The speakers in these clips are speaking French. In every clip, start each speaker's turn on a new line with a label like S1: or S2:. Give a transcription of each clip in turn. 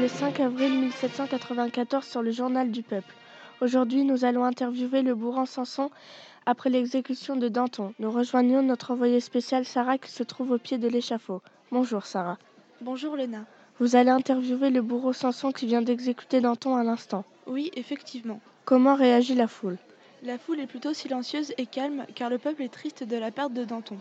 S1: Le 5 avril 1794 sur le Journal du Peuple. Aujourd'hui, nous allons interviewer le bourran Sanson après l'exécution de Danton. Nous rejoignons notre envoyée spéciale Sarah qui se trouve au pied de l'échafaud. Bonjour Sarah.
S2: Bonjour Lena.
S1: Vous allez interviewer le bourreau Sanson qui vient d'exécuter Danton à l'instant.
S2: Oui, effectivement.
S1: Comment réagit la foule
S2: La foule est plutôt silencieuse et calme car le peuple est triste de la perte de Danton.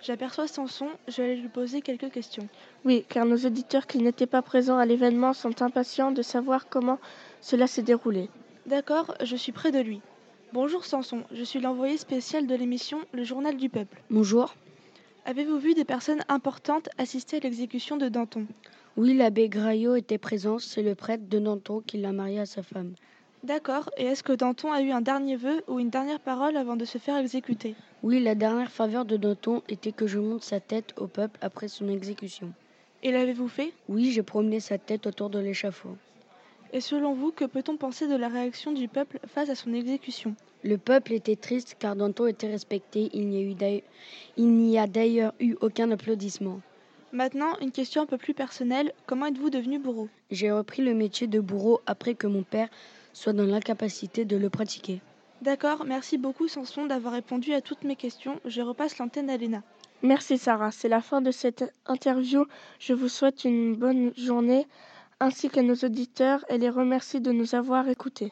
S2: J'aperçois Samson, je vais lui poser quelques questions.
S1: Oui, car nos auditeurs qui n'étaient pas présents à l'événement sont impatients de savoir comment cela s'est déroulé.
S2: D'accord, je suis près de lui. Bonjour Samson, je suis l'envoyé spécial de l'émission Le Journal du Peuple.
S3: Bonjour.
S2: Avez-vous vu des personnes importantes assister à l'exécution de Danton
S3: Oui, l'abbé Graillot était présent, c'est le prêtre de Danton qui l'a marié à sa femme.
S2: D'accord, et est-ce que Danton a eu un dernier vœu ou une dernière parole avant de se faire exécuter
S3: Oui, la dernière faveur de Danton était que je monte sa tête au peuple après son exécution.
S2: Et l'avez-vous fait
S3: Oui, j'ai promené sa tête autour de l'échafaud.
S2: Et selon vous, que peut-on penser de la réaction du peuple face à son exécution
S3: Le peuple était triste car Danton était respecté, il n'y a d'ailleurs eu aucun applaudissement.
S2: Maintenant, une question un peu plus personnelle, comment êtes-vous devenu bourreau
S3: J'ai repris le métier de bourreau après que mon père soit dans l'incapacité de le pratiquer.
S2: D'accord, merci beaucoup Samson d'avoir répondu à toutes mes questions. Je repasse l'antenne à Léna.
S1: Merci Sarah, c'est la fin de cette interview. Je vous souhaite une bonne journée ainsi qu'à nos auditeurs et les remercie de nous avoir écoutés.